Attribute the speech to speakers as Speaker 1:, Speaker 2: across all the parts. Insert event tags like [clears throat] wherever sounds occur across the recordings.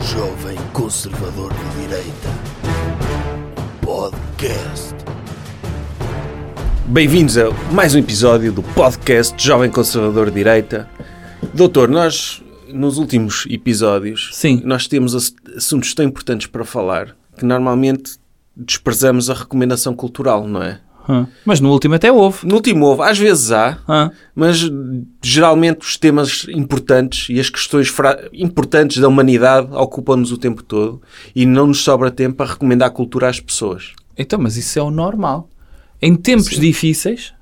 Speaker 1: jovem conservador de direita. Podcast.
Speaker 2: Bem-vindos a mais um episódio do podcast Jovem Conservador de Direita. Doutor, nós nos últimos episódios
Speaker 3: Sim.
Speaker 2: nós temos ass- assuntos tão importantes para falar que normalmente desprezamos a recomendação cultural, não é?
Speaker 3: Hã? Mas no último até houve.
Speaker 2: No último houve, às vezes há,
Speaker 3: Hã?
Speaker 2: mas geralmente os temas importantes e as questões fra- importantes da humanidade ocupam-nos o tempo todo e não nos sobra tempo para recomendar cultura às pessoas.
Speaker 3: Então, mas isso é o normal. Em tempos difíceis,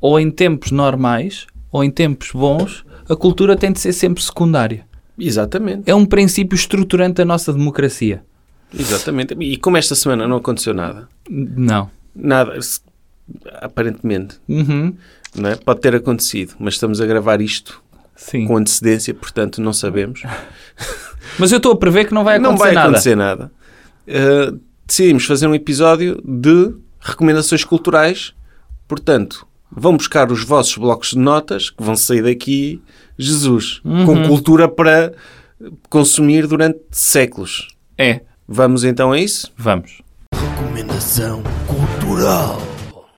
Speaker 3: ou em tempos normais, ou em tempos bons, a cultura tem de ser sempre secundária.
Speaker 2: Exatamente,
Speaker 3: É um princípio estruturante da nossa democracia.
Speaker 2: exatamente. E como esta semana não aconteceu nada,
Speaker 3: N- Não.
Speaker 2: Nada, se- aparentemente,
Speaker 3: Uhum.
Speaker 2: não é? Pode ter acontecido, mas estamos a gravar isto
Speaker 3: Sim.
Speaker 2: com antecedência, portanto não sabemos.
Speaker 3: Mas eu estou a prever que não vai acontecer
Speaker 2: não vai
Speaker 3: nada.
Speaker 2: acontecer nada. Uh, decidimos fazer um episódio de recomendações culturais, portanto, vão buscar os vossos blocos de notas que vão sair daqui, Jesus,
Speaker 3: Uhum.
Speaker 2: com cultura para consumir durante séculos.
Speaker 3: É.
Speaker 2: Vamos então a isso?
Speaker 3: Vamos.
Speaker 1: Recomendação cultural.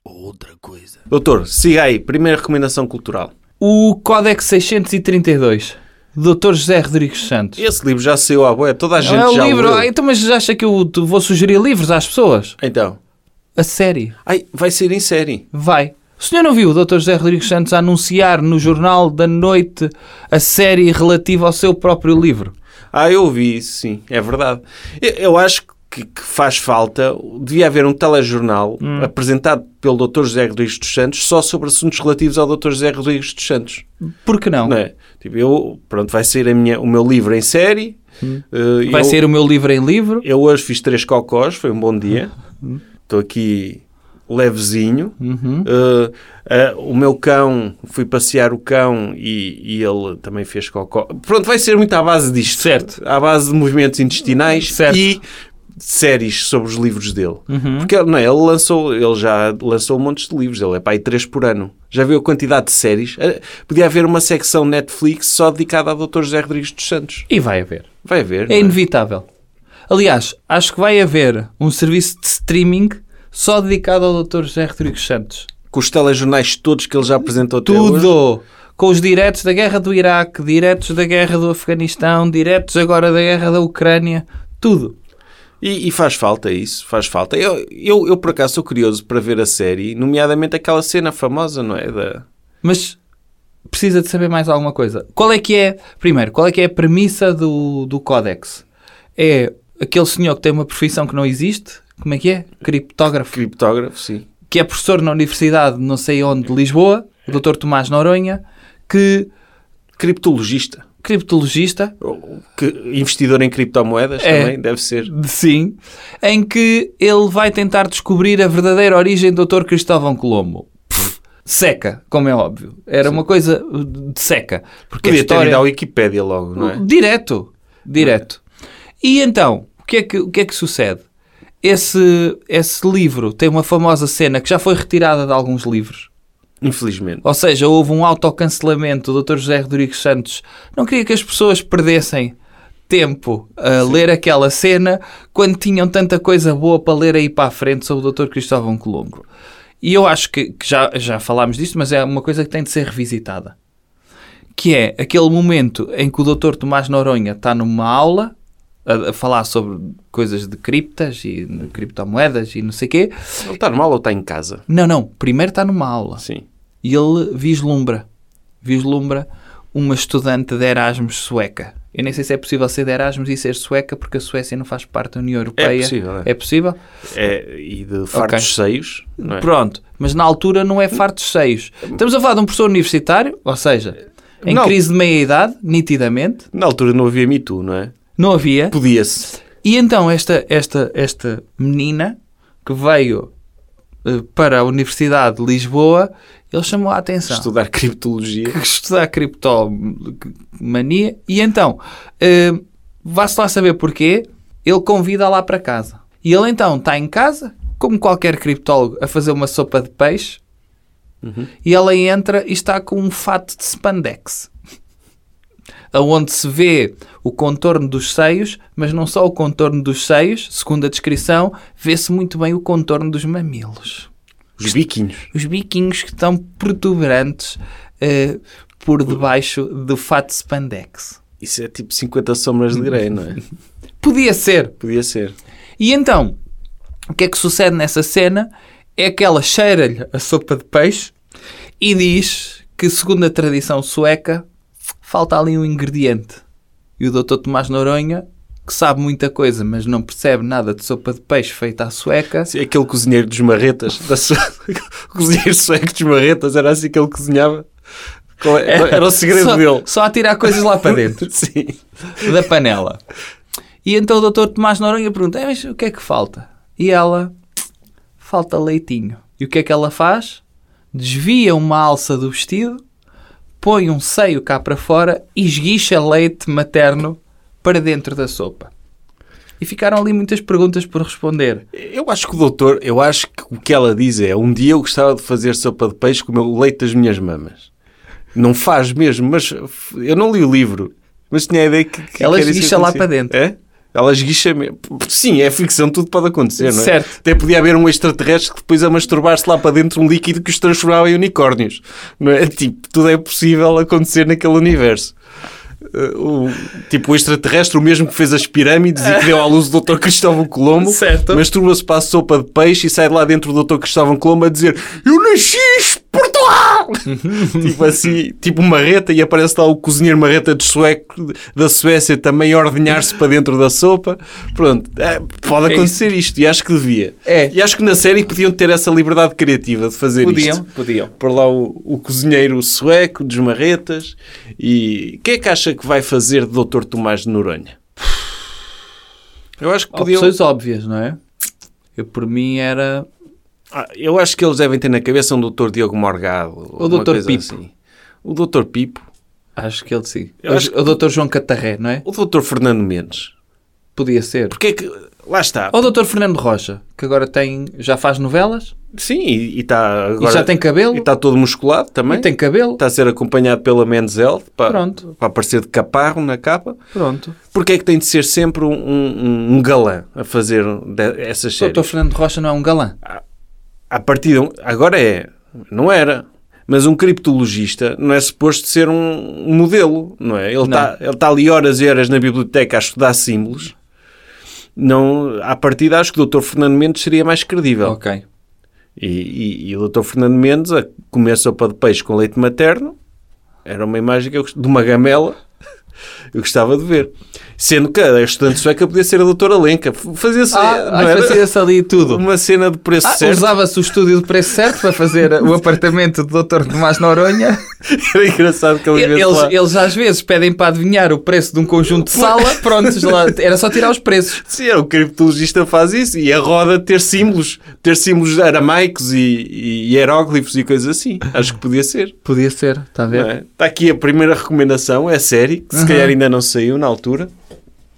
Speaker 1: Outra coisa.
Speaker 2: Doutor, siga aí, primeira recomendação cultural.
Speaker 3: O Codex 632. Dr. José Rodrigues Santos.
Speaker 2: Esse livro já saiu à boa, toda a gente
Speaker 3: é o
Speaker 2: já o
Speaker 3: livro.
Speaker 2: leu.
Speaker 3: Ah, então, mas acha que eu te vou sugerir livros às pessoas?
Speaker 2: Então,
Speaker 3: A série.
Speaker 2: ai, vai ser em série.
Speaker 3: Vai. O senhor não viu o Dr. José Rodrigues Santos a anunciar no Jornal da Noite a série relativa ao seu próprio livro?
Speaker 2: Ah, eu ouvi isso, sim, é verdade. Eu, eu acho que, que faz falta, devia haver um telejornal
Speaker 3: Hum.
Speaker 2: apresentado pelo Dr. José Rodrigues dos Santos só sobre assuntos relativos ao Dr. José Rodrigues dos Santos.
Speaker 3: Por que não?
Speaker 2: Não é? Tipo, eu, pronto, vai sair a minha, o meu livro em série. eh,
Speaker 3: Hum. Vai
Speaker 2: eu,
Speaker 3: ser o meu livro em livro?
Speaker 2: Eu hoje fiz três cocós, foi um bom dia. Estou aqui levezinho.
Speaker 3: Uhum.
Speaker 2: Uh, uh, o meu cão, fui passear o cão e, e ele também fez cocó. Pronto, vai ser muito à base disto.
Speaker 3: Certo.
Speaker 2: À base de movimentos intestinais
Speaker 3: Certo. Uhum.
Speaker 2: e séries sobre os livros dele. Porque ele- não, é, ele lançou, ele já lançou um monte de livros, ele é pai três por ano. Já viu a quantidade de séries? Eh, Podia haver uma secção Netflix só dedicada ao Dr. José Rodrigues dos Santos.
Speaker 3: E vai haver.
Speaker 2: Vai haver.
Speaker 3: É
Speaker 2: não é?
Speaker 3: inevitável. Aliás, acho que vai haver um serviço de streaming só dedicado ao Dr. José Rodrigues Santos.
Speaker 2: com os telejornais todos que ele já apresentou até hoje.
Speaker 3: Tudo! Com os diretos da guerra do Iraque, diretos da guerra do Afeganistão, diretos agora da guerra da Ucrânia, tudo.
Speaker 2: E, e faz falta isso, faz falta. Eu, eu, eu, por acaso, sou curioso para ver a série, nomeadamente aquela cena famosa, não é? Da...
Speaker 3: Mas precisa de saber mais alguma coisa. Qual é que é, primeiro, qual é que é a premissa do, do Codex? É aquele senhor que tem uma profissão que não existe, como é que é? Criptógrafo.
Speaker 2: Criptógrafo, sim.
Speaker 3: Que é professor na Universidade de não sei onde de Lisboa, o Dr. Tomás Noronha, que
Speaker 2: Criptologista.
Speaker 3: criptologista, [laughs]
Speaker 2: Ou Que, investidor em criptomoedas
Speaker 3: É.
Speaker 2: também, deve ser.
Speaker 3: de sim, em que ele vai tentar descobrir a verdadeira origem do Dr. Cristóvão Colombo. Pff, Seca, como é óbvio. Era uma coisa uh, de seca. Porque a
Speaker 2: Podia é ter
Speaker 3: história... Uhum.
Speaker 2: ido à Wikipédia logo, não é?
Speaker 3: Direto. Direto. E então, o que é que, o que, é que sucede? Esse, esse livro tem uma famosa cena que já foi retirada de alguns livros.
Speaker 2: Infelizmente.
Speaker 3: Ou seja, houve um autocancelamento. O Dr. José Rodrigues Santos não queria que as pessoas perdessem tempo a ler aquela cena quando tinham tanta coisa boa para ler aí para a frente sobre o Dr. Cristóvão Colombo. E eu acho que, que já, já falámos disto, mas é uma coisa que tem de ser revisitada. Que é aquele momento em que o Dr. Tomás Noronha está numa aula a, a falar sobre coisas de criptas e criptomoedas e não sei quê.
Speaker 2: Ele está normal ou está em casa?
Speaker 3: Não, não. Primeiro está numa aula
Speaker 2: Sim.
Speaker 3: e ele vislumbra, vislumbra uma estudante de Erasmus sueca. Eu nem sei se é possível ser de Erasmus e ser sueca porque a Suécia não faz parte da União Europeia.
Speaker 2: possível, é.
Speaker 3: É possível?
Speaker 2: É, e de fartos seios, não é?
Speaker 3: Pronto, mas na altura não é fartos cheios. Estamos a falar de um professor universitário, ou seja, em
Speaker 2: Não.
Speaker 3: crise de meia-idade, nitidamente,
Speaker 2: Na altura não havia Me Too, não é?
Speaker 3: não havia.
Speaker 2: Podia-se.
Speaker 3: E então esta, esta, esta menina que veio eh, para a Universidade de Lisboa, ele chamou a atenção.
Speaker 2: Estudar criptologia.
Speaker 3: que estudar criptomania e então eh, vá-se lá saber porquê ele convida lá para casa e ele então está em casa como qualquer criptólogo a fazer uma sopa de peixe e ela entra e está com um fato de spandex aonde se vê o contorno dos seios, mas não só o contorno dos seios, segundo a descrição, vê-se muito bem o contorno dos mamilos.
Speaker 2: Os biquinhos.
Speaker 3: Os biquinhos que estão protuberantes eh, por debaixo do fato spandex.
Speaker 2: Isso é tipo 50 sombras de Grey, não é?
Speaker 3: Podia ser.
Speaker 2: Podia ser.
Speaker 3: E então, o que é que sucede nessa cena? É que ela cheira-lhe a sopa de peixe e diz que, segundo a tradição sueca, falta ali um ingrediente. E o Dr. Tomás Noronha, que sabe muita coisa, mas não percebe nada de sopa de peixe feita à sueca,
Speaker 2: Sim, Aquele cozinheiro dos marretas, da sua... [laughs] o cozinheiro sueco dos marretas, era assim que ele cozinhava. Qual é- Era o segredo
Speaker 3: só,
Speaker 2: dele. [laughs]
Speaker 3: só a tirar coisas lá para dentro.
Speaker 2: Sim.
Speaker 3: da panela. E então o Dr. Tomás Noronha pergunta: "É, mas o que é que falta? E ela: falta leitinho. E o que é que ela faz? Desvia uma alça do vestido, põe um seio cá para fora e esguicha leite materno para dentro da sopa. E ficaram ali muitas perguntas por responder.
Speaker 2: Eu acho que o doutor, eu acho que o que ela diz é um dia eu gostava de fazer sopa de peixe com o meu leite das minhas mamas. Não faz mesmo, mas f- eu não li o livro, mas tinha a ideia que, que
Speaker 3: Ela
Speaker 2: que era isso que
Speaker 3: esguicha lá
Speaker 2: acontecia.
Speaker 3: para dentro.
Speaker 2: É? Ela esguicha mesmo. Sim, é ficção, tudo pode acontecer, não é?
Speaker 3: Certo.
Speaker 2: Até podia haver um extraterrestre que depois a masturbar-se lá para dentro um líquido que os transformava em unicórnios. Não é? Tipo, tudo é possível acontecer naquele universo. Eh, o- tipo, o extraterrestre, o mesmo que fez as pirâmides e que deu à luz o Dr. Cristóvão
Speaker 3: [laughs]
Speaker 2: Colombo,
Speaker 3: Certo.
Speaker 2: masturba-se para a sopa de peixe e sai de lá dentro do Dr. Cristóvão Colombo a dizer Eu nasci em [laughs] Portugal! tipo assim, tipo marreta e aparece lá o cozinheiro marreta de sueco, da Suécia também a ordenhar-se para dentro da sopa. Pronto, é, pode acontecer isto e acho que devia.
Speaker 3: É.
Speaker 2: E acho que na série podiam ter essa liberdade criativa de fazer
Speaker 3: Podiam,
Speaker 2: isto.
Speaker 3: podiam.
Speaker 2: Por lá o, o cozinheiro sueco dos marretas e quem é que acha que vai fazer de Dr. Tomás de Noronha? Eu acho que podiam...
Speaker 3: Opções óbvias, não é? Eu, por mim era
Speaker 2: Ah, eu acho que eles devem ter na cabeça um Dr. Diogo Morgado.
Speaker 3: O
Speaker 2: alguma
Speaker 3: Dr.
Speaker 2: coisa
Speaker 3: Pipo.
Speaker 2: assim. O Dr. Pipo.
Speaker 3: acho que ele sim.
Speaker 2: Eu acho
Speaker 3: O Dr. João Catarré, não é?
Speaker 2: O Dr. Fernando Mendes.
Speaker 3: Podia ser.
Speaker 2: Porque é que... Lá está.
Speaker 3: Ou o Dr. Fernando Rocha, que agora tem, já faz novelas,
Speaker 2: Sim, e está agora...
Speaker 3: e já tem cabelo,
Speaker 2: E está todo musculado também. Tá.
Speaker 3: e tem cabelo,
Speaker 2: Está a ser acompanhado pela Mendes Health para,
Speaker 3: Pronto.
Speaker 2: para aparecer de caparro na capa.
Speaker 3: pronto.
Speaker 2: Porque é que tem de ser sempre um, um- um galã a fazer de- essas
Speaker 3: O Dr.
Speaker 2: séries?
Speaker 3: Fernando Rocha não é um galã.
Speaker 2: A partir agora é, não era. Mas um criptologista não é suposto ser um um modelo, não é? Ele está ele tá ali horas e horas na biblioteca a estudar símbolos. Não, à partida acho que o Dr. Fernando Mendes seria mais credível.
Speaker 3: Ok.
Speaker 2: E, e- e o Dr. Fernando Mendes a comer sopa de peixe com leite materno era uma imagem que eu, gost- de uma gamela [laughs] eu gostava de ver. Sendo que a estudante sueca podia ser a doutora Lenca. F- Fazia-se não
Speaker 3: Ah,
Speaker 2: era?
Speaker 3: fazia-se ali tudo.
Speaker 2: uma cena de preço
Speaker 3: Ah,
Speaker 2: certo.
Speaker 3: usava-se o estúdio de preço certo para fazer o apartamento do Dr. Tomás Noronha.
Speaker 2: [laughs] Era É engraçado que ele viesse
Speaker 3: Eles,
Speaker 2: lá.
Speaker 3: eles às vezes pedem para adivinhar o preço de um conjunto de
Speaker 2: [laughs]
Speaker 3: sala, prontos, lá, era só tirar os preços.
Speaker 2: Sim, é, o criptologista faz isso. E a roda ter símbolos. Ter símbolos aramaicos e, e hieróglifos e coisas assim. Acho que podia ser.
Speaker 3: Podia ser, está a ver?
Speaker 2: não é? Está aqui a primeira recomendação. É série. Que se
Speaker 3: Uhum.
Speaker 2: calhar ainda não saiu na altura.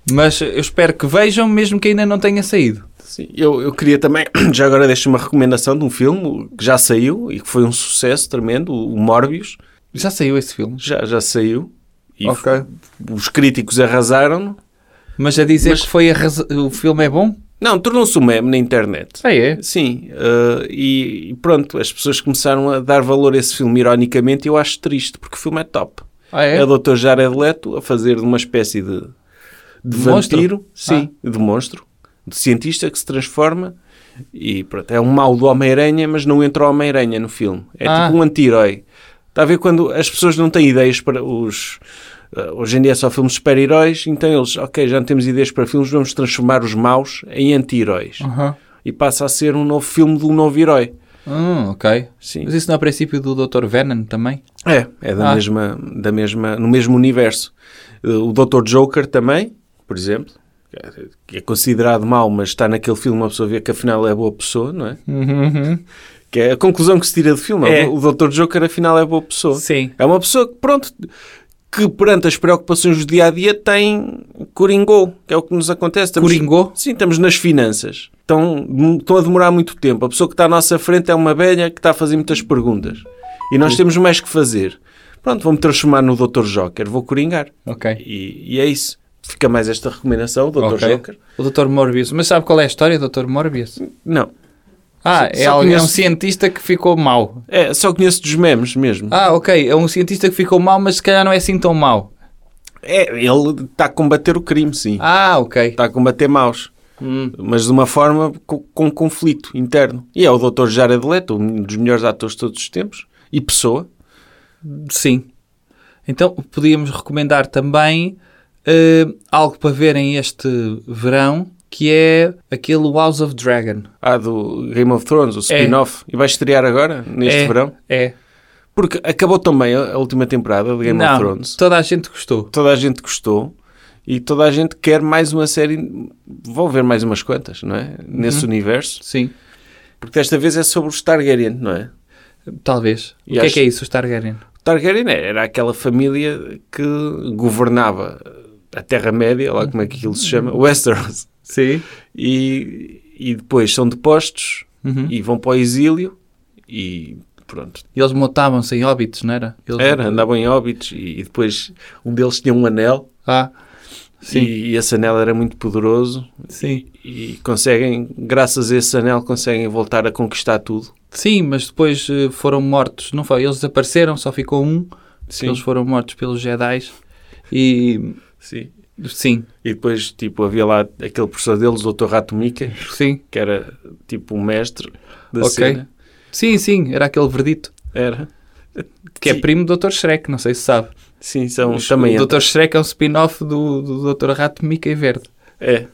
Speaker 3: Mas eu espero que vejam, mesmo que ainda não tenha saído.
Speaker 2: Sim, eu, eu queria também, [clears throat] já agora deixo uma recomendação de um filme que já saiu e que foi um sucesso tremendo, o Morbius,
Speaker 3: Já saiu esse filme.
Speaker 2: já, já saiu. E
Speaker 3: Ok.
Speaker 2: f- Os críticos arrasaram
Speaker 3: Mas a dizer
Speaker 2: Mas-
Speaker 3: que foi arrasa- o filme é bom?
Speaker 2: Não, tornou-se um meme na internet.
Speaker 3: Ah, é?
Speaker 2: Sim, eh, e, e pronto, as pessoas começaram a dar valor a esse filme, ironicamente, e eu acho triste, porque o filme é top.
Speaker 3: Ah,
Speaker 2: É,
Speaker 3: é?
Speaker 2: o Dr. Jared Leto a fazer de uma espécie de, de
Speaker 3: monstro?
Speaker 2: vampiro, sim, de monstro, de cientista que se transforma e pronto, é um mau do Homem-Aranha, mas não entra o Homem-Aranha no filme. É
Speaker 3: Ah.
Speaker 2: tipo um anti-herói. Está a ver quando as pessoas não têm ideias para os. eh, hoje em dia é só filmes de super-heróis, então eles, ok, já não temos ideias para filmes, vamos transformar os maus em anti-heróis.
Speaker 3: Aham.
Speaker 2: E passa a ser um novo filme de um novo herói.
Speaker 3: Hum, ok.
Speaker 2: Sim.
Speaker 3: Mas isso não é princípio do Dr. Venom também?
Speaker 2: É, é da
Speaker 3: Ah.
Speaker 2: mesma, da mesma, no mesmo universo. Eh, O Dr. Joker também, por exemplo, que é considerado mau, mas está naquele filme uma pessoa vê que afinal é boa pessoa, não é? Que é a conclusão que se tira do filme.
Speaker 3: É.
Speaker 2: O Dr. Joker afinal é boa pessoa.
Speaker 3: Sim.
Speaker 2: É uma pessoa que, pronto, que perante as preocupações do dia a dia tem coringou, que é o que nos acontece. Estamos-
Speaker 3: Coringou?
Speaker 2: Sim, estamos nas finanças. Estão, estão a demorar muito tempo. A pessoa que está à nossa frente é uma velha que está a fazer muitas perguntas. E nós temos mais que fazer. Pronto, vou-me transformar no Dr. Joker, vou coringar.
Speaker 3: Ok.
Speaker 2: E, e é isso. Fica mais esta recomendação, Dr.
Speaker 3: Ok.
Speaker 2: Joker.
Speaker 3: O Dr. Morbius. Mas sabe qual é a história do Dr. Morbius?
Speaker 2: Não.
Speaker 3: Ah,
Speaker 2: Só-
Speaker 3: é,
Speaker 2: só
Speaker 3: alguém, é um
Speaker 2: conheço-
Speaker 3: cientista que ficou mau.
Speaker 2: É, só conheço dos memes mesmo.
Speaker 3: Ah, ok. É um cientista que ficou mau, mas se calhar não é assim tão mau.
Speaker 2: É, ele está a combater o crime, sim.
Speaker 3: Ah, ok.
Speaker 2: Está a combater maus.
Speaker 3: Hum.
Speaker 2: Mas de uma forma co- com, conflito interno. E é o Dr. Jared Leto, um dos melhores atores de todos os tempos. E pessoa.
Speaker 3: Sim. Então podíamos recomendar também eh, algo para verem este verão, que é aquele House of Dragon.
Speaker 2: Ah, do Game of Thrones, o spin-off. E vai estrear agora, neste
Speaker 3: É,
Speaker 2: verão.
Speaker 3: É.
Speaker 2: Porque acabou também a, a última temporada de Game
Speaker 3: não,
Speaker 2: of Thrones.
Speaker 3: toda a gente gostou.
Speaker 2: Toda a gente gostou. E toda a gente quer mais uma série. Vou ver mais umas quantas, não é? Nesse
Speaker 3: Uhum.
Speaker 2: universo.
Speaker 3: Sim,
Speaker 2: Porque desta vez é sobre os Targaryen, não é?
Speaker 3: talvez.
Speaker 2: E
Speaker 3: o que é
Speaker 2: acho-
Speaker 3: que é isso, os Targaryen?
Speaker 2: Targaryen é, era aquela família que governava a Terra-média, lá como é que aquilo se chama,
Speaker 3: Uhum.
Speaker 2: Westeros.
Speaker 3: Sim.
Speaker 2: E, e depois são depostos e vão para o exílio e pronto.
Speaker 3: E Uhum. eles montavam-se em óbitos, não era? Eles-
Speaker 2: Era, andavam em óbitos e, e depois um deles tinha um anel
Speaker 3: Ah, sim,
Speaker 2: e, esse anel era muito poderoso
Speaker 3: sim.
Speaker 2: e conseguem, graças a esse anel, conseguem voltar a conquistar tudo.
Speaker 3: Sim, mas depois eh, foram mortos, não foi? Eles desapareceram, só ficou um.
Speaker 2: Sim,
Speaker 3: Eles foram mortos pelos Jedi. E
Speaker 2: sim.
Speaker 3: sim,
Speaker 2: E depois, tipo, havia lá aquele professor deles, o Dr. Rato Mica,
Speaker 3: sim.
Speaker 2: que era tipo o mestre da
Speaker 3: Ok.
Speaker 2: cena.
Speaker 3: Sim, sim, era aquele verdito.
Speaker 2: Era.
Speaker 3: Que é
Speaker 2: Sim.
Speaker 3: primo do Dr. Shrek, não sei se sabe.
Speaker 2: Sim, são
Speaker 3: Os-
Speaker 2: também
Speaker 3: o
Speaker 2: entra.
Speaker 3: Dr. Shrek é um spin-off do, do Dr. Rato Mickey Verde.
Speaker 2: É.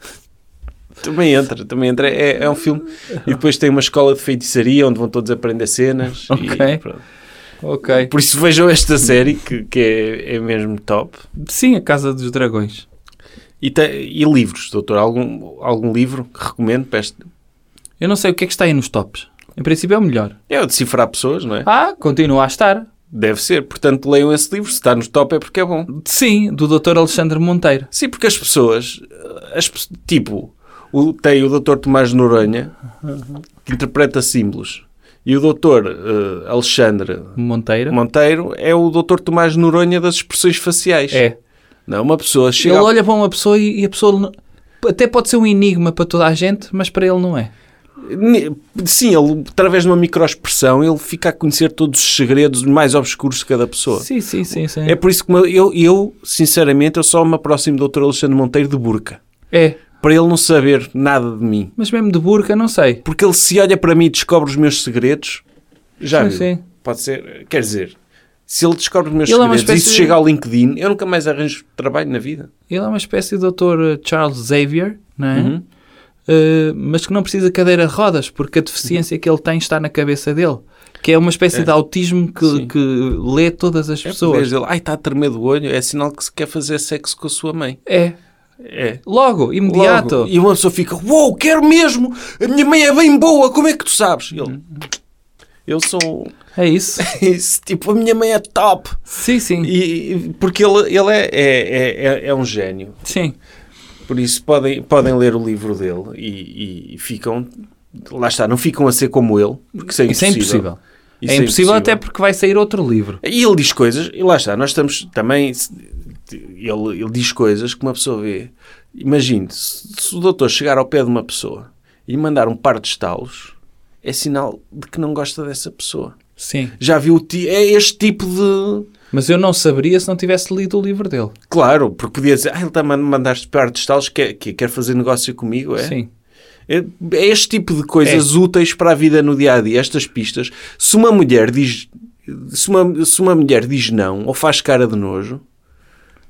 Speaker 2: Também entra, também entra. É, é um filme. E depois tem uma escola de feitiçaria onde vão todos aprender cenas. e
Speaker 3: Ok.
Speaker 2: pronto.
Speaker 3: Ok.
Speaker 2: Por isso vejam esta série que, que é, é mesmo top.
Speaker 3: Sim, a Casa dos Dragões.
Speaker 2: E, tem- e livros, doutor? Algum, algum livro que recomendo para este?
Speaker 3: Eu não sei o que é que está aí nos tops. Em princípio é o melhor.
Speaker 2: É o Decifrar Pessoas, não é?
Speaker 3: Ah, continua a estar.
Speaker 2: Deve ser. Portanto, leiam esse livro. Se está no top é porque é bom.
Speaker 3: Sim, do Dr. Alexandre Monteiro.
Speaker 2: Sim, porque as pessoas, as pe- tipo, o, tem o Dr. Tomás Noronha, que interpreta símbolos, e o Dr. eh, Alexandre
Speaker 3: Monteiro?
Speaker 2: Monteiro é o Dr. Tomás Noronha das expressões faciais.
Speaker 3: É.
Speaker 2: Não, uma pessoa chega.
Speaker 3: Ele
Speaker 2: ao-
Speaker 3: olha para uma pessoa e, e a pessoa... não- Até pode ser um enigma para toda a gente, mas para ele não é.
Speaker 2: Ne- Sim, ele, através de uma microexpressão, ele fica a conhecer todos os segredos mais obscuros de cada pessoa.
Speaker 3: Sim, sim, sim. sim.
Speaker 2: É por isso que uma- eu, eu, sinceramente, eu só me aproximo do Dr. Alexandre Monteiro de burca.
Speaker 3: é.
Speaker 2: Para ele não saber nada de mim.
Speaker 3: Mas mesmo de burca, não sei.
Speaker 2: Porque ele se olha para mim e descobre os meus segredos, já
Speaker 3: Sim,
Speaker 2: viu.
Speaker 3: sim.
Speaker 2: Pode ser, quer dizer, se ele descobre os meus
Speaker 3: Ele é uma
Speaker 2: segredos e
Speaker 3: espécie
Speaker 2: isso
Speaker 3: de-
Speaker 2: chega ao LinkedIn, eu nunca mais arranjo trabalho na vida.
Speaker 3: Ele é uma espécie de Dr. Charles Xavier, não é?
Speaker 2: Uhum.
Speaker 3: Uh, mas que não precisa de cadeira de rodas, porque a deficiência que ele tem está na cabeça dele. Que é uma espécie de autismo que,
Speaker 2: Sim.
Speaker 3: que lê todas as
Speaker 2: É
Speaker 3: pessoas.
Speaker 2: poderes, ele, ai, está a tremer do olho, é sinal que se quer fazer sexo com a sua mãe.
Speaker 3: É.
Speaker 2: É.
Speaker 3: Logo, imediato.
Speaker 2: Logo. E uma pessoa fica, uou, quero mesmo, a minha mãe é bem boa, como é que tu sabes? E
Speaker 3: Hum,
Speaker 2: Ele, eu sou, [laughs]
Speaker 3: É isso.
Speaker 2: esse tipo, a minha mãe é top.
Speaker 3: sim, sim.
Speaker 2: E, e- porque ele, ele é- é- é- é- é um gênio.
Speaker 3: Sim.
Speaker 2: Por isso podem, podem ler o livro dele e, e- e ficam. Lá está, não ficam a ser como ele, porque isso é
Speaker 3: Isso é
Speaker 2: impossível.
Speaker 3: impossível.
Speaker 2: Isso
Speaker 3: é impossível, até porque vai sair outro livro.
Speaker 2: E ele diz coisas, e lá está, nós estamos também. se- Ele, ele diz coisas que uma pessoa vê. Imagine, se, se o doutor chegar ao pé de uma pessoa e mandar um par de estalos, é sinal de que não gosta dessa pessoa.
Speaker 3: Sim.
Speaker 2: Já viu? o ti- É este tipo de.
Speaker 3: Mas eu não saberia se não tivesse lido o livro dele.
Speaker 2: Claro, porque podia dizer, ah, ele está a mandar este par de estalos, quer, quer quer fazer negócio comigo, é?
Speaker 3: Sim.
Speaker 2: É é este tipo de
Speaker 3: É.
Speaker 2: coisas úteis para a vida no dia a dia, estas pistas. Se uma mulher diz se uma, se uma mulher diz não ou faz cara de nojo,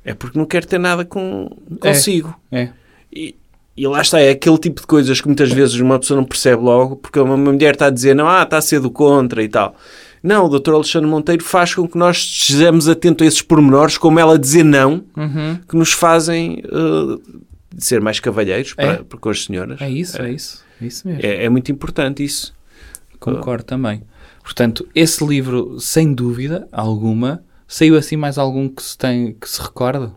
Speaker 2: é porque não quer ter nada com,
Speaker 3: É.
Speaker 2: consigo.
Speaker 3: É.
Speaker 2: E, e lá está, é aquele tipo de coisas que muitas vezes uma pessoa não percebe logo, porque uma uma mulher está a dizer não, ah, está a ser do contra e tal. Não, o Dr. Alexandre Monteiro faz com que nós estejamos atentos a esses pormenores, como ela dizer não,
Speaker 3: Uhum.
Speaker 2: que nos fazem eh, ser mais cavalheiros
Speaker 3: É.
Speaker 2: para, para com as senhoras.
Speaker 3: É isso, é, isso. É isso mesmo.
Speaker 2: É, é muito importante isso.
Speaker 3: Concordo também. Portanto, esse livro, sem dúvida alguma, saiu assim mais algum que se tem que se recorda?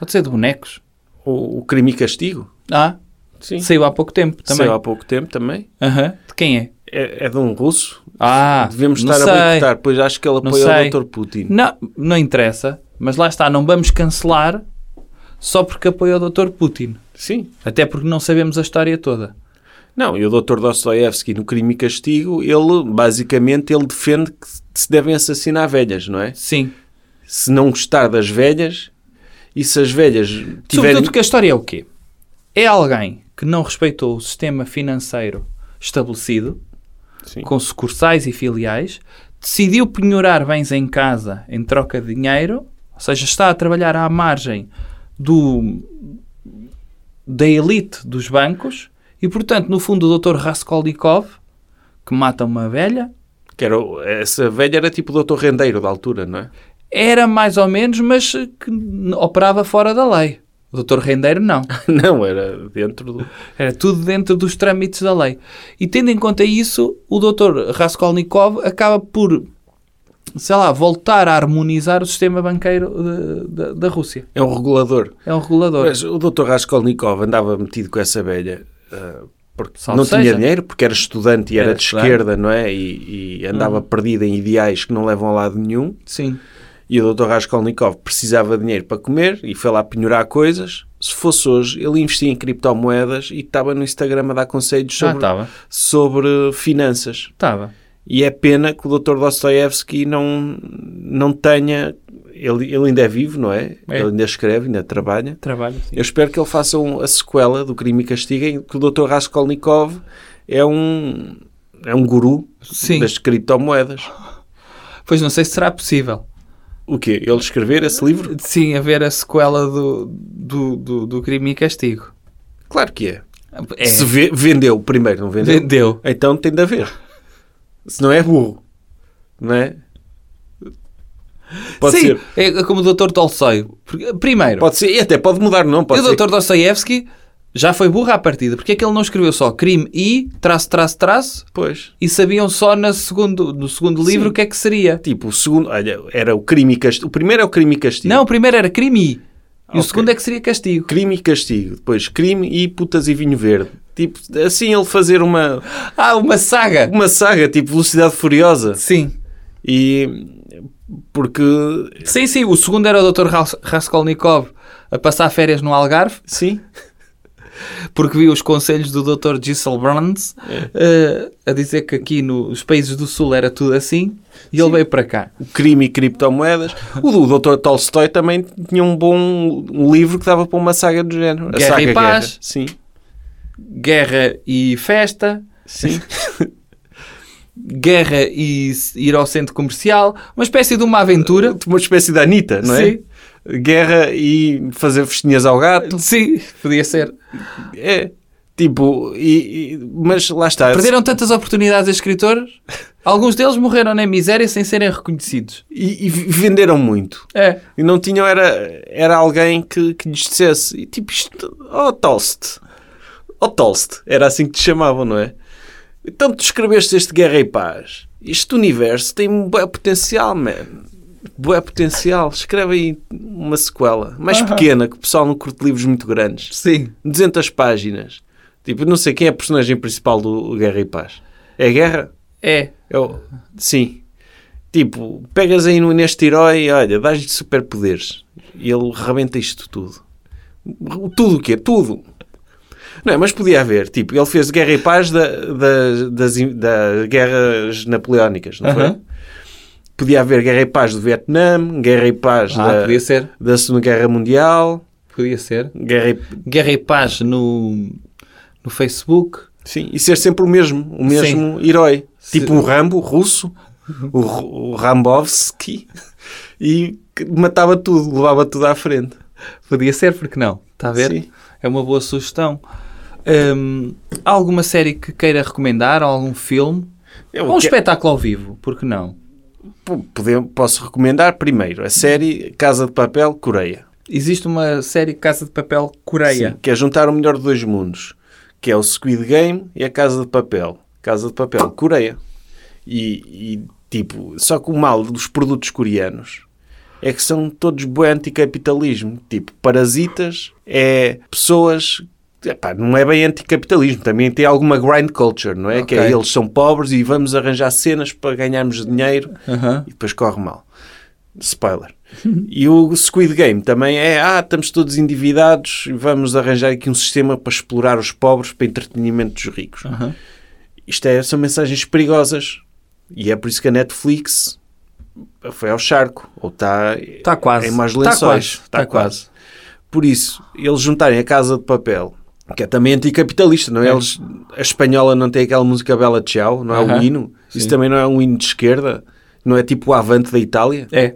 Speaker 3: Pode ser de bonecos.
Speaker 2: O, o crime e castigo.
Speaker 3: Ah,
Speaker 2: Sim.
Speaker 3: saiu há pouco tempo também.
Speaker 2: Saiu há pouco tempo também.
Speaker 3: Aham. De quem é?
Speaker 2: É, é de um russo,
Speaker 3: Ah,
Speaker 2: Devemos
Speaker 3: não
Speaker 2: estar
Speaker 3: sei.
Speaker 2: a boicotar, pois acho que ele
Speaker 3: Não
Speaker 2: apoia
Speaker 3: sei.
Speaker 2: o Dr. Putin.
Speaker 3: Não, não interessa. Mas lá está, não vamos cancelar só porque apoia o Dr. Putin.
Speaker 2: Sim.
Speaker 3: Até porque não sabemos a história toda.
Speaker 2: Não, e o Dr. Dostoevsky no Crime e Castigo, ele basicamente ele defende que se devem assassinar velhas, não é?
Speaker 3: Sim.
Speaker 2: Se não gostar das velhas e se as velhas tiverem
Speaker 3: Sobretudo que a história é o quê? É alguém que não respeitou o sistema financeiro estabelecido,
Speaker 2: Sim.
Speaker 3: com sucursais e filiais, decidiu penhorar bens em casa em troca de dinheiro, ou seja, está a trabalhar à margem do da elite dos bancos e, portanto, no fundo, o Dr. Raskolnikov, que mata uma velha,
Speaker 2: que era o- essa velha era tipo o Dr. Rendeiro da altura, não é? [laughs]
Speaker 3: era mais ou menos, mas que n- operava fora da lei. O Dr. Rendeiro não.
Speaker 2: Não, era dentro do
Speaker 3: Era tudo dentro dos trâmites da lei. E tendo em conta isso, o Dr. Raskolnikov acaba por, sei lá, voltar a harmonizar o sistema banqueiro de- da- da Rússia.
Speaker 2: é um regulador.
Speaker 3: É um regulador.
Speaker 2: Mas o Dr. Raskolnikov andava metido com essa velha ah, porque
Speaker 3: Salve
Speaker 2: não tinha
Speaker 3: seja.
Speaker 2: dinheiro, porque era estudante e era,
Speaker 3: Era
Speaker 2: de
Speaker 3: estudante. Hum.
Speaker 2: esquerda, não é? E, e andava perdido em ideais que não levam a lado nenhum.
Speaker 3: Sim.
Speaker 2: E o Dr. Raskolnikov precisava de dinheiro para comer e foi lá penhorar coisas. Se fosse hoje, ele investia em criptomoedas e estava no Instagram a dar conselhos
Speaker 3: Ah,
Speaker 2: sobre,
Speaker 3: estava.
Speaker 2: sobre finanças.
Speaker 3: Estava.
Speaker 2: E é pena que o Dr. Dostoevsky não, não tenha. Ele, ele ainda é vivo, não é?
Speaker 3: É.
Speaker 2: Ele ainda escreve, ainda trabalha.
Speaker 3: Trabalho, sim.
Speaker 2: Eu espero que ele faça um- a sequela do Crime e Castigo, em que o Dr. Raskolnikov é um, é um guru
Speaker 3: Sim.
Speaker 2: das criptomoedas.
Speaker 3: Pois não sei se será possível.
Speaker 2: O quê? Ele escrever esse livro?
Speaker 3: Sim, haver a sequela do, do, do, do crime e castigo.
Speaker 2: Claro que é.
Speaker 3: É.
Speaker 2: Se ve- vendeu primeiro, não vendeu?
Speaker 3: Vendeu.
Speaker 2: Então tem de haver. Se não é burro, não é? Pode
Speaker 3: sim,
Speaker 2: ser.
Speaker 3: é como o Dr. Tolstói. Porque- Primeiro,
Speaker 2: Pode ser. E até pode mudar, não? Pode
Speaker 3: e
Speaker 2: ser.
Speaker 3: o Dr. Dostoevsky já foi burro à partida. Porque é que ele não escreveu só crime e traço, traço, traço
Speaker 2: Pois.
Speaker 3: e sabiam só na segundo, no segundo livro
Speaker 2: Sim.
Speaker 3: o que é que seria?
Speaker 2: Tipo, o segundo. Olha, era o crime e castigo. O primeiro é o crime e castigo.
Speaker 3: Não, o primeiro era crime e. E
Speaker 2: Ok.
Speaker 3: o segundo é que seria castigo.
Speaker 2: Crime e castigo. Depois crime e putas e vinho verde. Tipo, assim ele fazer uma,
Speaker 3: Ah, uma saga!
Speaker 2: uma saga, tipo Velocidade Furiosa.
Speaker 3: Sim.
Speaker 2: E. Porque.
Speaker 3: Sim, sim. O segundo era o Dr. Ras- Raskolnikov a passar férias no Algarve,
Speaker 2: Sim.
Speaker 3: porque viu os conselhos do Dr. Gisselbrands
Speaker 2: É.
Speaker 3: eh, a dizer que aqui nos países do Sul era tudo assim e ele veio para cá.
Speaker 2: o crime e criptomoedas. O do Dr. Tolstói também tinha um bom um livro que dava para uma saga do género.
Speaker 3: Guerra
Speaker 2: a saga
Speaker 3: e Paz.
Speaker 2: Sim,
Speaker 3: Guerra e festa,
Speaker 2: sim.
Speaker 3: guerra e s- ir ao centro comercial, uma espécie de uma aventura.
Speaker 2: [laughs] Uma espécie de Anitta, não é?
Speaker 3: Sim.
Speaker 2: Guerra e fazer festinhas ao gato.
Speaker 3: Sim, podia ser.
Speaker 2: É. Tipo, e, e- mas lá está.
Speaker 3: Perderam tantas oportunidades a escritores, alguns deles morreram na miséria sem serem reconhecidos.
Speaker 2: E, e venderam muito.
Speaker 3: É.
Speaker 2: E não tinham, era, era alguém que, que lhes dissesse, e tipo, isto, oh Tolst, oh Tolst, era assim que te chamavam, não é? Então tu escreveste este Guerra e Paz, este universo tem um bué potencial, man. Bué potencial, escreve aí uma sequela, mais pequena, que o pessoal não curte livros muito grandes,
Speaker 3: Sim.
Speaker 2: 200 páginas. Tipo, não sei quem é a personagem principal do Guerra e Paz. É a Guerra?
Speaker 3: É.
Speaker 2: Eu, sim. Tipo, pegas aí no- neste herói e olha, dás-lhe superpoderes. E ele rebenta isto tudo. Tudo o quê? Tudo. Não, é, mas podia haver. Tipo, ele fez Guerra e Paz da, das, das, in- das guerras napoleónicas, não foi?
Speaker 3: Aham.
Speaker 2: Podia haver Guerra e Paz do Vietnã, Guerra e Paz
Speaker 3: Ah,
Speaker 2: da,
Speaker 3: podia ser.
Speaker 2: da Segunda Guerra Mundial,
Speaker 3: Podia ser.
Speaker 2: Guerra e...
Speaker 3: Guerra e Paz no, no Facebook.
Speaker 2: Sim, e ser sempre o mesmo, o mesmo herói.
Speaker 3: Se-
Speaker 2: Tipo um Rambo russo, o, Ru- o Rambovski, e que matava tudo, levava tudo à frente.
Speaker 3: Podia ser, porque não? Está a ver?
Speaker 2: Sim.
Speaker 3: É uma boa sugestão. Hum, há alguma série que queira recomendar? Ou algum filme?
Speaker 2: Eu
Speaker 3: Ou um
Speaker 2: que- é-
Speaker 3: espetáculo ao vivo? Porque não?
Speaker 2: po- pode- posso recomendar primeiro a série Casa de Papel Coreia,
Speaker 3: Existe uma série Casa de Papel Coreia.
Speaker 2: Sim, que é juntar o melhor de dois mundos, que é o Squid Game e a Casa de Papel. Casa de Papel Coreia. E, e, tipo, só que o mal dos produtos coreanos é que são todos bué anticapitalismo. Tipo, parasitas, é pessoas epá, não é bem anticapitalismo, também tem alguma grind culture, não é? Que é
Speaker 3: Ok.
Speaker 2: eles são pobres e vamos arranjar cenas para ganharmos dinheiro
Speaker 3: Aham.
Speaker 2: e depois corre mal. Spoiler. E o Squid Game também é, ah, estamos todos endividados e vamos arranjar aqui um sistema para explorar os pobres para entretenimento dos ricos.
Speaker 3: Aham.
Speaker 2: Isto é, são mensagens perigosas e é por isso que a Netflix foi ao charco ou está
Speaker 3: Está Tá quase.
Speaker 2: em mais
Speaker 3: Está
Speaker 2: lençóis.
Speaker 3: quase.
Speaker 2: Está
Speaker 3: Está quase.
Speaker 2: quase. Por isso, eles juntarem a Casa de Papel, que é também anticapitalista, não é?
Speaker 3: É.
Speaker 2: Eles, a espanhola não tem aquela música Bela Tchau, não é um
Speaker 3: Aham.
Speaker 2: hino? Isso
Speaker 3: Sim.
Speaker 2: também não é um hino de esquerda? Não é tipo o Avante da Itália?
Speaker 3: É.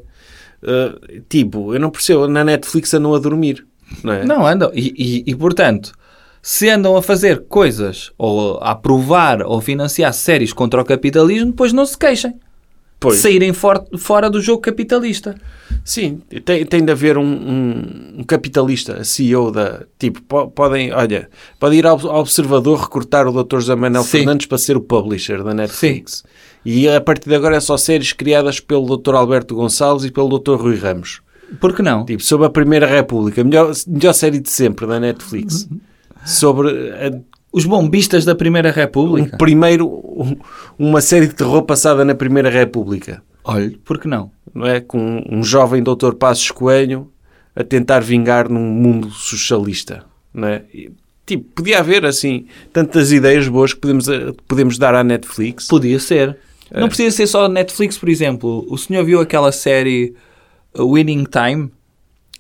Speaker 2: Uh, tipo, eu não percebo, na Netflix andam a dormir, não é?
Speaker 3: Não, andam. E, e- e, portanto, se andam a fazer coisas ou a aprovar ou financiar séries contra o capitalismo, depois não se queixem.
Speaker 2: Pois.
Speaker 3: Saírem for- fora do jogo capitalista.
Speaker 2: Sim, tem, tem de haver um, um- um capitalista, a CEO da. Tipo, po- podem, olha, pode ir ao, ao Observador recortar o Dr. José Manuel
Speaker 3: Sim.
Speaker 2: Fernandes para ser o publisher da Netflix. E a partir de agora é só séries criadas pelo Dr. Alberto Gonçalves e pelo Dr. Rui Ramos.
Speaker 3: Por que não?
Speaker 2: Tipo, sobre a Primeira República, melhor, melhor série de sempre
Speaker 3: [laughs]
Speaker 2: da Netflix. Sobre a-
Speaker 3: Os bombistas da Primeira
Speaker 2: um
Speaker 3: República.
Speaker 2: primeiro, um- uma série de terror passada na Primeira República.
Speaker 3: Olhe, por que não?
Speaker 2: não é? Com um jovem doutor Passos Coelho a tentar vingar num mundo socialista, não é? E, tipo, podia haver, assim, tantas ideias boas que podemos, eh, podemos dar à Netflix.
Speaker 3: Podia ser. Não precisa ser só Netflix, por exemplo. O senhor viu aquela série uh, Winning Time?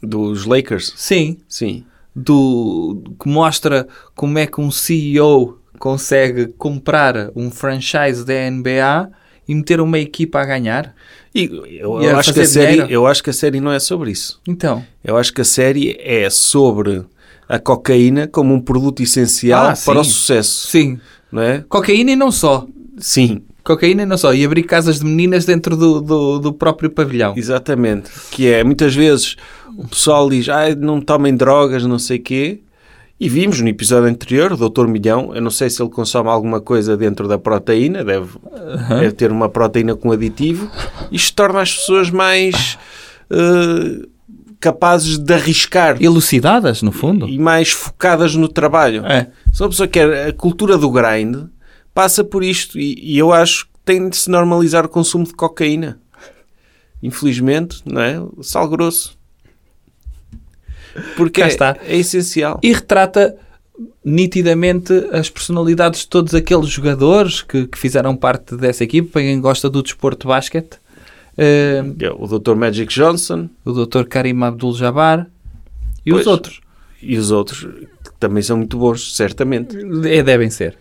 Speaker 2: Dos Lakers,
Speaker 3: Sim.
Speaker 2: sim.
Speaker 3: do que mostra como é que um CEO consegue comprar um franchise da NBA e meter uma equipa a ganhar?
Speaker 2: E eu,
Speaker 3: E
Speaker 2: eu
Speaker 3: a
Speaker 2: acho que a
Speaker 3: fazer
Speaker 2: série,
Speaker 3: dinheiro.
Speaker 2: eu acho que a série não é sobre isso.
Speaker 3: Então,
Speaker 2: Eu acho que a série é sobre a cocaína como um produto essencial
Speaker 3: Ah,
Speaker 2: para o
Speaker 3: sim.
Speaker 2: sucesso,
Speaker 3: sim,
Speaker 2: não é?
Speaker 3: cocaína e não só.
Speaker 2: Sim.
Speaker 3: Cocaína e não só. E abrir casas de meninas dentro do, do, do próprio pavilhão.
Speaker 2: Exatamente. Que é, muitas vezes o pessoal diz, ah, não tomem drogas, não sei quê. E vimos no episódio anterior, o Dr. Milhão, eu não sei se ele consome alguma coisa dentro da proteína, deve, deve ter uma proteína com aditivo. Isto torna as pessoas mais eh, capazes de arriscar
Speaker 3: Elucidadas, no fundo.
Speaker 2: e mais focadas no trabalho.
Speaker 3: É.
Speaker 2: Se uma pessoa quer a cultura do grind, passa por isto. E, e eu acho que tem de se normalizar o consumo de cocaína. Infelizmente, não é? Sal grosso. Porque
Speaker 3: Cá
Speaker 2: é,
Speaker 3: está.
Speaker 2: é essencial.
Speaker 3: E retrata nitidamente as personalidades de todos aqueles jogadores que, que fizeram parte dessa equipa. Para quem gosta do desporto de basquete, eh,
Speaker 2: É O Dr. Magic Johnson
Speaker 3: o Dr. Karim Abdul-Jabbar e
Speaker 2: Pois.
Speaker 3: os outros.
Speaker 2: e os outros que também são muito bons, certamente.
Speaker 3: É, devem ser.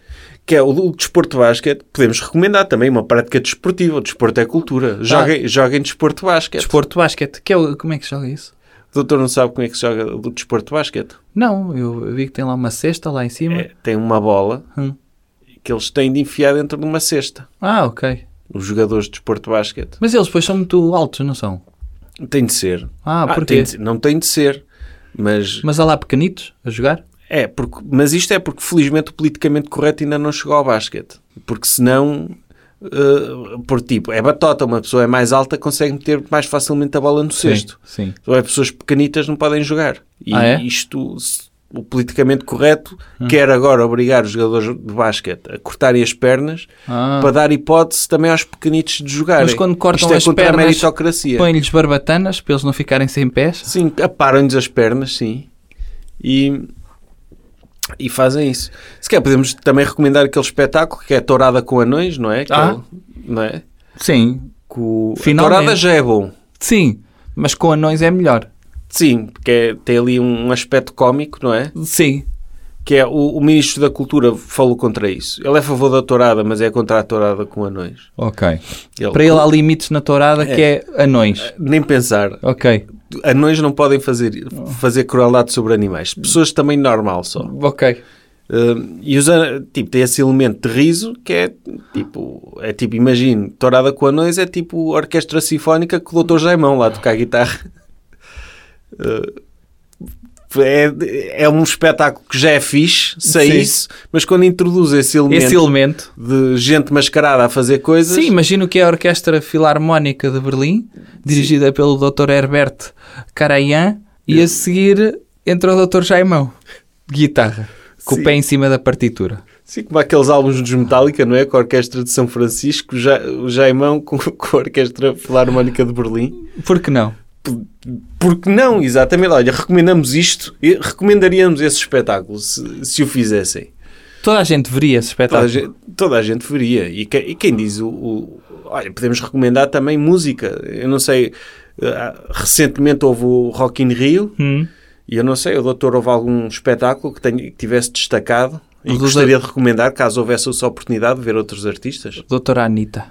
Speaker 2: Que é o, o desporto de basquete. Podemos recomendar também uma prática desportiva. O desporto é cultura.
Speaker 3: Tá.
Speaker 2: Joguem, joguem desporto de basquete.
Speaker 3: Desporto de basquete. Que é o- como é que se joga isso?
Speaker 2: O doutor não sabe como é que se joga o desporto de basquete.
Speaker 3: Não, eu vi que tem lá uma cesta lá em cima.
Speaker 2: É, tem uma bola
Speaker 3: Hum.
Speaker 2: que eles têm de enfiar dentro de uma cesta.
Speaker 3: Ah, ok.
Speaker 2: Os jogadores de desporto de basquete.
Speaker 3: Mas eles depois são muito altos, não são?
Speaker 2: Tem de ser.
Speaker 3: Ah, porquê?
Speaker 2: tem de ser. Não tem de ser. Mas,
Speaker 3: Mas há lá pequenitos a jogar?
Speaker 2: é porque, mas isto é porque, felizmente, o politicamente correto ainda não chegou ao basquete. Porque senão... eh, por tipo, é batota, uma pessoa é mais alta consegue meter mais facilmente a bola no cesto.
Speaker 3: Sim. sim.
Speaker 2: Ou é pessoas pequenitas não podem jogar. E
Speaker 3: Ah, é? Hum.
Speaker 2: isto, se- o politicamente correto, quer agora obrigar os jogadores de basquete a cortarem as pernas
Speaker 3: Ah.
Speaker 2: para dar hipótese também aos pequenitos de jogarem.
Speaker 3: Mas quando cortam
Speaker 2: isto é
Speaker 3: as
Speaker 2: contra a
Speaker 3: pernas,
Speaker 2: meritocracia.
Speaker 3: Põem-lhes barbatanas para eles não ficarem sem pés?
Speaker 2: Sim, aparam-lhes as pernas, sim. E, e fazem isso. Se calhar podemos também recomendar aquele espetáculo que é Tourada com Anões, não é? Aquele-
Speaker 3: Ah.
Speaker 2: Não é?
Speaker 3: Sim.
Speaker 2: Com, a
Speaker 3: Finalmente.
Speaker 2: Tourada já é bom.
Speaker 3: Sim. Mas com anões é melhor.
Speaker 2: Sim, porque é- tem ali um aspecto cómico, não é?
Speaker 3: Sim.
Speaker 2: que é o, o ministro da Cultura falou contra isso. Ele é a favor da tourada, mas é contra a tourada com anões.
Speaker 3: Ok.
Speaker 2: Ele-
Speaker 3: Para ele há limites na tourada que é anões.
Speaker 2: nem pensar.
Speaker 3: Ok.
Speaker 2: Anões não podem fazer, fazer crueldade sobre animais. Pessoas também normal só.
Speaker 3: Ok.
Speaker 2: Hum, e os an- tipo, tem esse elemento de riso que é tipo, é tipo, imagino, tourada com anões é tipo orquestra sinfónica com o Dr. Jaimão lá a tocar guitarra. Uh, é, é um espetáculo que já é fixe, sei
Speaker 3: Sim.
Speaker 2: isso, mas quando introduz esse Um elemento,
Speaker 3: Esse elemento.
Speaker 2: de gente mascarada a fazer coisas.
Speaker 3: Sim, imagino que é a Orquestra Filarmónica de Berlim, dirigida pelo Dr. Herbert Karajan, e a seguir entra o Dr. Jaimão, de guitarra. com o pé em cima da partitura.
Speaker 2: Sim, como aqueles álbuns dos Metallica, não é? Com a Orquestra de São Francisco, ja, o Jaimão com, [laughs] com a Orquestra Filarmónica de Berlim.
Speaker 3: Por que não?
Speaker 2: Porque não, exatamente. Olha, recomendamos isto, e recomendaríamos esse espetáculo se, se o fizessem.
Speaker 3: Toda a gente veria esse
Speaker 2: Toda a
Speaker 3: espetáculo.
Speaker 2: gente, toda a gente veria. E, que- e quem diz o, o- Olha, podemos recomendar também música. Eu não sei, eh, recentemente houve o Rock in Rio
Speaker 3: Hum.
Speaker 2: e eu não sei, o doutor houve algum espetáculo que, tenha- que tivesse destacado e
Speaker 3: O doutor-
Speaker 2: gostaria de recomendar, caso houvesse essa oportunidade de ver outros artistas.
Speaker 3: Doutora Anitta.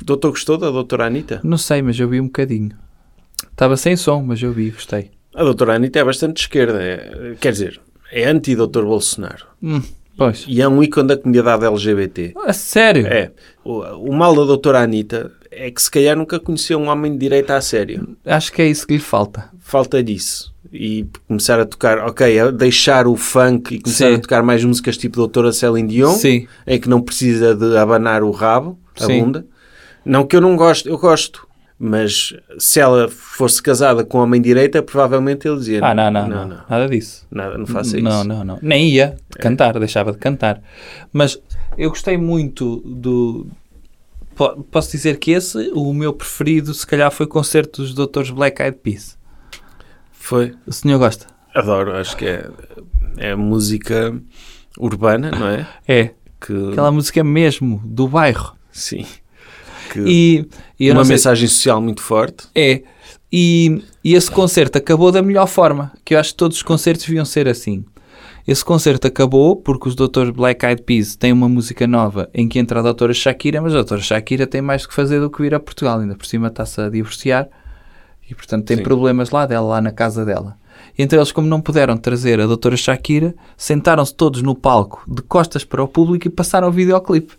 Speaker 2: O doutor gostou da doutora Anitta?
Speaker 3: Não sei, mas eu vi um bocadinho. Estava sem som, mas eu vi, gostei.
Speaker 2: A doutora Anitta é bastante de esquerda, é- quer dizer, é anti-doutor Bolsonaro
Speaker 3: Hum, pois.
Speaker 2: e é um ícone da comunidade LGBT.
Speaker 3: A sério?
Speaker 2: É, o, o mal da doutora Anitta é que se calhar nunca conheceu um homem de direita a sério.
Speaker 3: Acho que é isso que lhe falta.
Speaker 2: falta disso. E começar a tocar, ok, a deixar o funk e começar
Speaker 3: Sim.
Speaker 2: a tocar mais músicas tipo Doutora Celine Dion,
Speaker 3: Sim.
Speaker 2: em É que não precisa de abanar o rabo, a
Speaker 3: Sim.
Speaker 2: bunda. Não que eu não gosto, eu gosto. Mas se ela fosse casada com um homem direita, provavelmente ele dizia:
Speaker 3: Ah, não, não, não.
Speaker 2: É. não, não,
Speaker 3: Nada disso.
Speaker 2: nada, não faça
Speaker 3: não,
Speaker 2: isso. É.
Speaker 3: não, não. Nem ia de cantar, deixava de cantar. Mas eu gostei muito do. po- Posso dizer que esse, o meu preferido, se calhar, foi o concerto dos Doutores Black Eyed Peas.
Speaker 2: Foi.
Speaker 3: O senhor gosta?
Speaker 2: Adoro, acho que é, é música urbana, não é?
Speaker 3: É.
Speaker 2: Que,
Speaker 3: Aquela música mesmo, do bairro.
Speaker 2: Sim. Que
Speaker 3: E, e eu
Speaker 2: uma
Speaker 3: não sei-
Speaker 2: mensagem social muito forte.
Speaker 3: É. E, e esse concerto acabou da melhor forma, que eu acho que todos os concertos deviam ser assim. Esse concerto acabou porque os Dr. Black Eyed Peas têm uma música nova em que entra a Doutora Shakira, mas a Doutora Shakira tem mais que fazer do que vir a Portugal, ainda por cima está-se a divorciar e, portanto, tem
Speaker 2: Sim.
Speaker 3: problemas lá dela, lá na casa dela. E entre eles, como não puderam trazer a Doutora Shakira, sentaram-se todos no palco, de costas para o público e passaram o videoclipe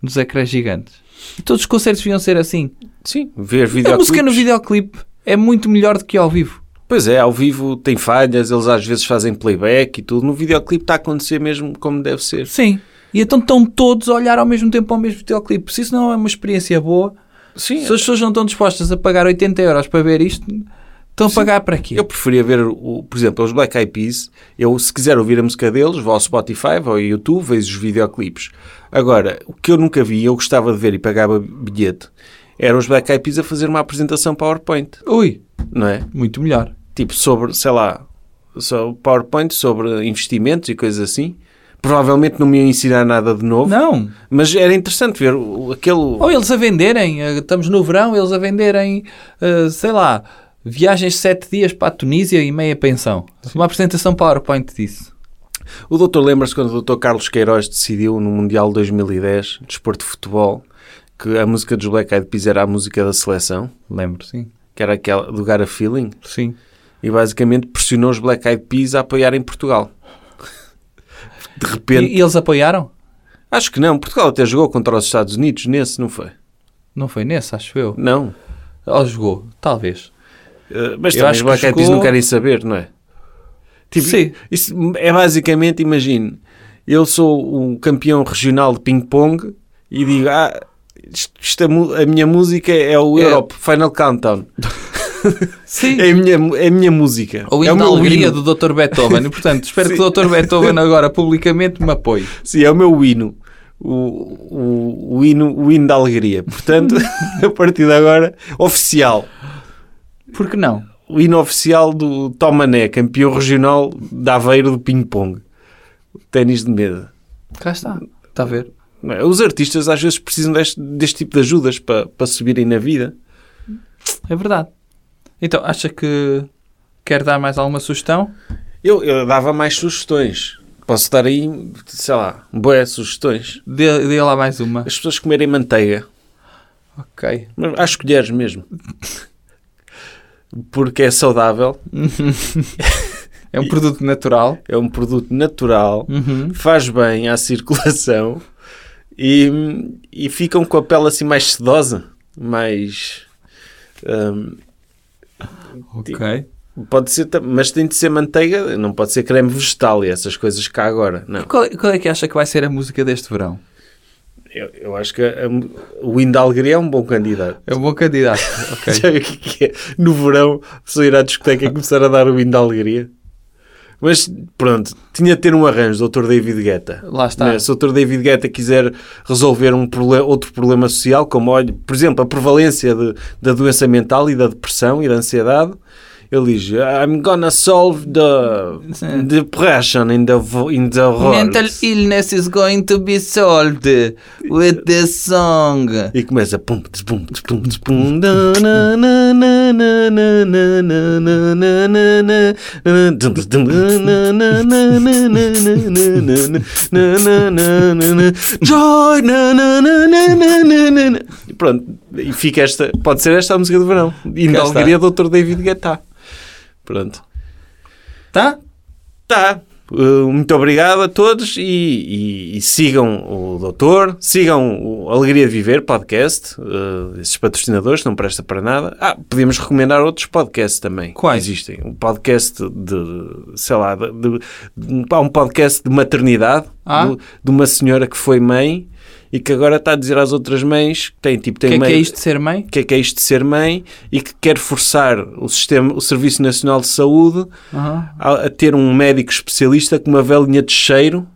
Speaker 3: nos ecrãs gigantes. E todos os concertos deviam ser assim.
Speaker 2: Sim, ver
Speaker 3: A música no
Speaker 2: videoclipes.
Speaker 3: videoclipe é muito melhor do que ao vivo.
Speaker 2: Pois é, ao vivo tem falhas, eles às vezes fazem playback e tudo. No videoclipe está a acontecer mesmo como deve ser.
Speaker 3: Sim. E então estão todos a olhar ao mesmo tempo ao mesmo videoclipe. Se isso não é uma experiência boa,
Speaker 2: Sim,
Speaker 3: se as pessoas não estão dispostas a pagar 80 euros para ver isto, estão a pagar para quê?
Speaker 2: eu preferia ver, o, por exemplo, os Black Eyed Peas. Eu, se quiser ouvir a música deles, vou ao Spotify, vou ao YouTube, vejo os videoclipes. Agora, o que eu nunca vi, eu gostava de ver e pagava bilhete, eram os Black Eyed Peas a fazer uma apresentação PowerPoint,
Speaker 3: Ui,
Speaker 2: não é?
Speaker 3: muito melhor.
Speaker 2: Tipo, sobre, sei lá, só PowerPoint, sobre investimentos e coisas assim. Provavelmente não me iam ensinar nada de novo.
Speaker 3: Não.
Speaker 2: Mas era interessante ver o- aquele...
Speaker 3: Ou eles a venderem, eh, estamos no verão, eles a venderem, eh, sei lá, viagens de 7 dias para a Tunísia e meia pensão. Uma apresentação PowerPoint disso.
Speaker 2: O doutor lembra-se quando o doutor Carlos Queiroz decidiu no Mundial de 2010, desporto de futebol, que a música dos Black Eyed Peas era a música da seleção,
Speaker 3: Lembro, sim.
Speaker 2: que era aquela do Gara Feeling,
Speaker 3: Sim.
Speaker 2: e basicamente pressionou os Black Eyed Peas a apoiarem Portugal. [laughs] De repente,
Speaker 3: E, e eles apoiaram?
Speaker 2: acho que não, Portugal até jogou contra os Estados Unidos nesse, não foi?
Speaker 3: Não foi nesse, acho eu.
Speaker 2: Não.
Speaker 3: Ou jogou, talvez.
Speaker 2: Eh, mas
Speaker 3: Eu acho
Speaker 2: também os
Speaker 3: que
Speaker 2: Black Eyed Peas
Speaker 3: jogou-
Speaker 2: não querem saber, não é? Tipo,
Speaker 3: Sim.
Speaker 2: Isso é basicamente, imagine, eu sou um campeão regional de ping-pong e digo, ah, isto, isto é mu- a minha música é o
Speaker 3: É.
Speaker 2: Europe Final Countdown.
Speaker 3: [laughs] Sim.
Speaker 2: É a minha, é a minha música.
Speaker 3: Ou
Speaker 2: é
Speaker 3: ainda
Speaker 2: o
Speaker 3: a
Speaker 2: meu
Speaker 3: alegria
Speaker 2: hino.
Speaker 3: do Dr. Beethoven. E, portanto, [laughs] espero
Speaker 2: Sim.
Speaker 3: que o Dr. Beethoven agora publicamente me apoie.
Speaker 2: Sim, é o meu hino. O, o, o hino, o hino da
Speaker 3: [laughs]
Speaker 2: alegria. Portanto, a partir de agora, oficial.
Speaker 3: Por que não?
Speaker 2: O hino oficial do Tom Mané, campeão regional de Aveiro do ping-pong. Ténis de mesa.
Speaker 3: Cá está. Está a ver?
Speaker 2: Não é? Os artistas às vezes precisam deste, deste tipo de ajudas para, para subirem na vida.
Speaker 3: É verdade. Então, acha que quer dar mais alguma sugestão?
Speaker 2: Eu, eu dava mais sugestões. Posso dar aí, sei lá, boas sugestões.
Speaker 3: Dê, dê lá mais uma.
Speaker 2: As pessoas comerem manteiga.
Speaker 3: Ok.
Speaker 2: Mas Às colheres mesmo. [laughs] Porque é saudável,
Speaker 3: É um produto natural.
Speaker 2: é um produto natural,
Speaker 3: Uhum.
Speaker 2: faz bem à circulação e, e ficam com a pele assim mais sedosa, mais... hum,
Speaker 3: Ok.
Speaker 2: pode ser, tam- mas tem de ser manteiga, não pode ser creme vegetal e essas coisas cá agora, não.
Speaker 3: Qual, é- qual é que acha que vai ser a música deste verão?
Speaker 2: Eu, eu acho que a- a- o hino da alegria é um bom candidato.
Speaker 3: É um bom candidato. [laughs] Ok.
Speaker 2: [laughs] é? Sabe o que que é? No verão, só ir à discoteca e começar a dar o hino da alegria. Mas pronto, tinha de ter um arranjo, Dr. David Guetta.
Speaker 3: Lá está.
Speaker 2: Né? Se o Dr. David Guetta quiser resolver um prole- outro problema social, como, olha, por exemplo, a prevalência de- da doença mental e da depressão e da ansiedade, ele diz: I'm gonna solve the
Speaker 3: Sim.
Speaker 2: depression in the, vo- in the world.
Speaker 3: Mental illness is going to be solved with this song.
Speaker 2: E começa pum, tis, pum, tis, pum, tis, pum, da, na, na, na, na, na, na, na, na, na, na, na, na, dum, dum, dum, na, na, na, na, na, na, na, na, na, na, na, na, na, Joy, na, na, na, na, na, na, na, na. E pronto, e fica esta, pode ser esta a música de verão. E na
Speaker 3: Cá está.
Speaker 2: alegria do Dr. David Guetta. Pronto.
Speaker 3: Tá?
Speaker 2: Tá. Uh, muito obrigado a todos e, e- e sigam o Doutor, sigam o Alegria de Viver podcast, uh, esses patrocinadores, não presta para nada. Ah, podíamos recomendar outros podcasts também.
Speaker 3: Quais?
Speaker 2: Existem. Um podcast de, sei lá, de, de- de- há um podcast de maternidade,
Speaker 3: Ah.
Speaker 2: do- de, uma senhora que foi mãe e que agora está a dizer às outras mães que tem, tipo,
Speaker 3: O
Speaker 2: tem
Speaker 3: que é que
Speaker 2: mãe-
Speaker 3: é isto de ser mãe?
Speaker 2: o que é que é isto de ser mãe e que quer forçar o, sistema, o Serviço Nacional de Saúde
Speaker 3: Aham.
Speaker 2: a, a ter um médico especialista com uma velinha de cheiro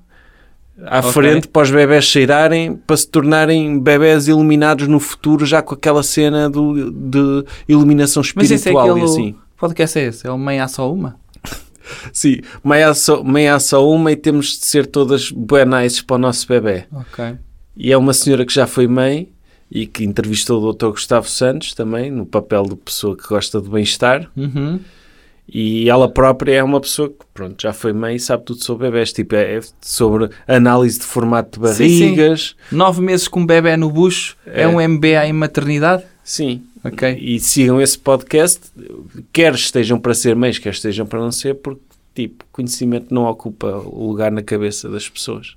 Speaker 2: à
Speaker 3: Ok.
Speaker 2: frente para os bebés cheirarem para se tornarem bebés iluminados no futuro já com aquela cena do, de iluminação
Speaker 3: Mas esse é
Speaker 2: espiritual
Speaker 3: aquele...
Speaker 2: e assim.
Speaker 3: Podcast é esse? É o Mãe Há Só Uma?
Speaker 2: Sim, meia há só, meia há só uma e temos de ser todas buenais para o nosso bebê.
Speaker 3: Ok.
Speaker 2: E é uma senhora que já foi mãe e que entrevistou o Dr. Gustavo Santos também, no papel de pessoa que gosta de bem-estar.
Speaker 3: Uhum.
Speaker 2: E ela própria é uma pessoa que, pronto, já foi mãe e sabe tudo sobre bebés. Tipo, é, é sobre análise de formato de
Speaker 3: Sim, sim.
Speaker 2: barrigas.
Speaker 3: Nove meses com um bebê no bucho é,
Speaker 2: É.
Speaker 3: um MBA em maternidade?
Speaker 2: Sim.
Speaker 3: Ok.
Speaker 2: E sigam esse podcast, quer estejam para ser mães, quer estejam para não ser, porque, tipo, conhecimento não ocupa o lugar na cabeça das pessoas.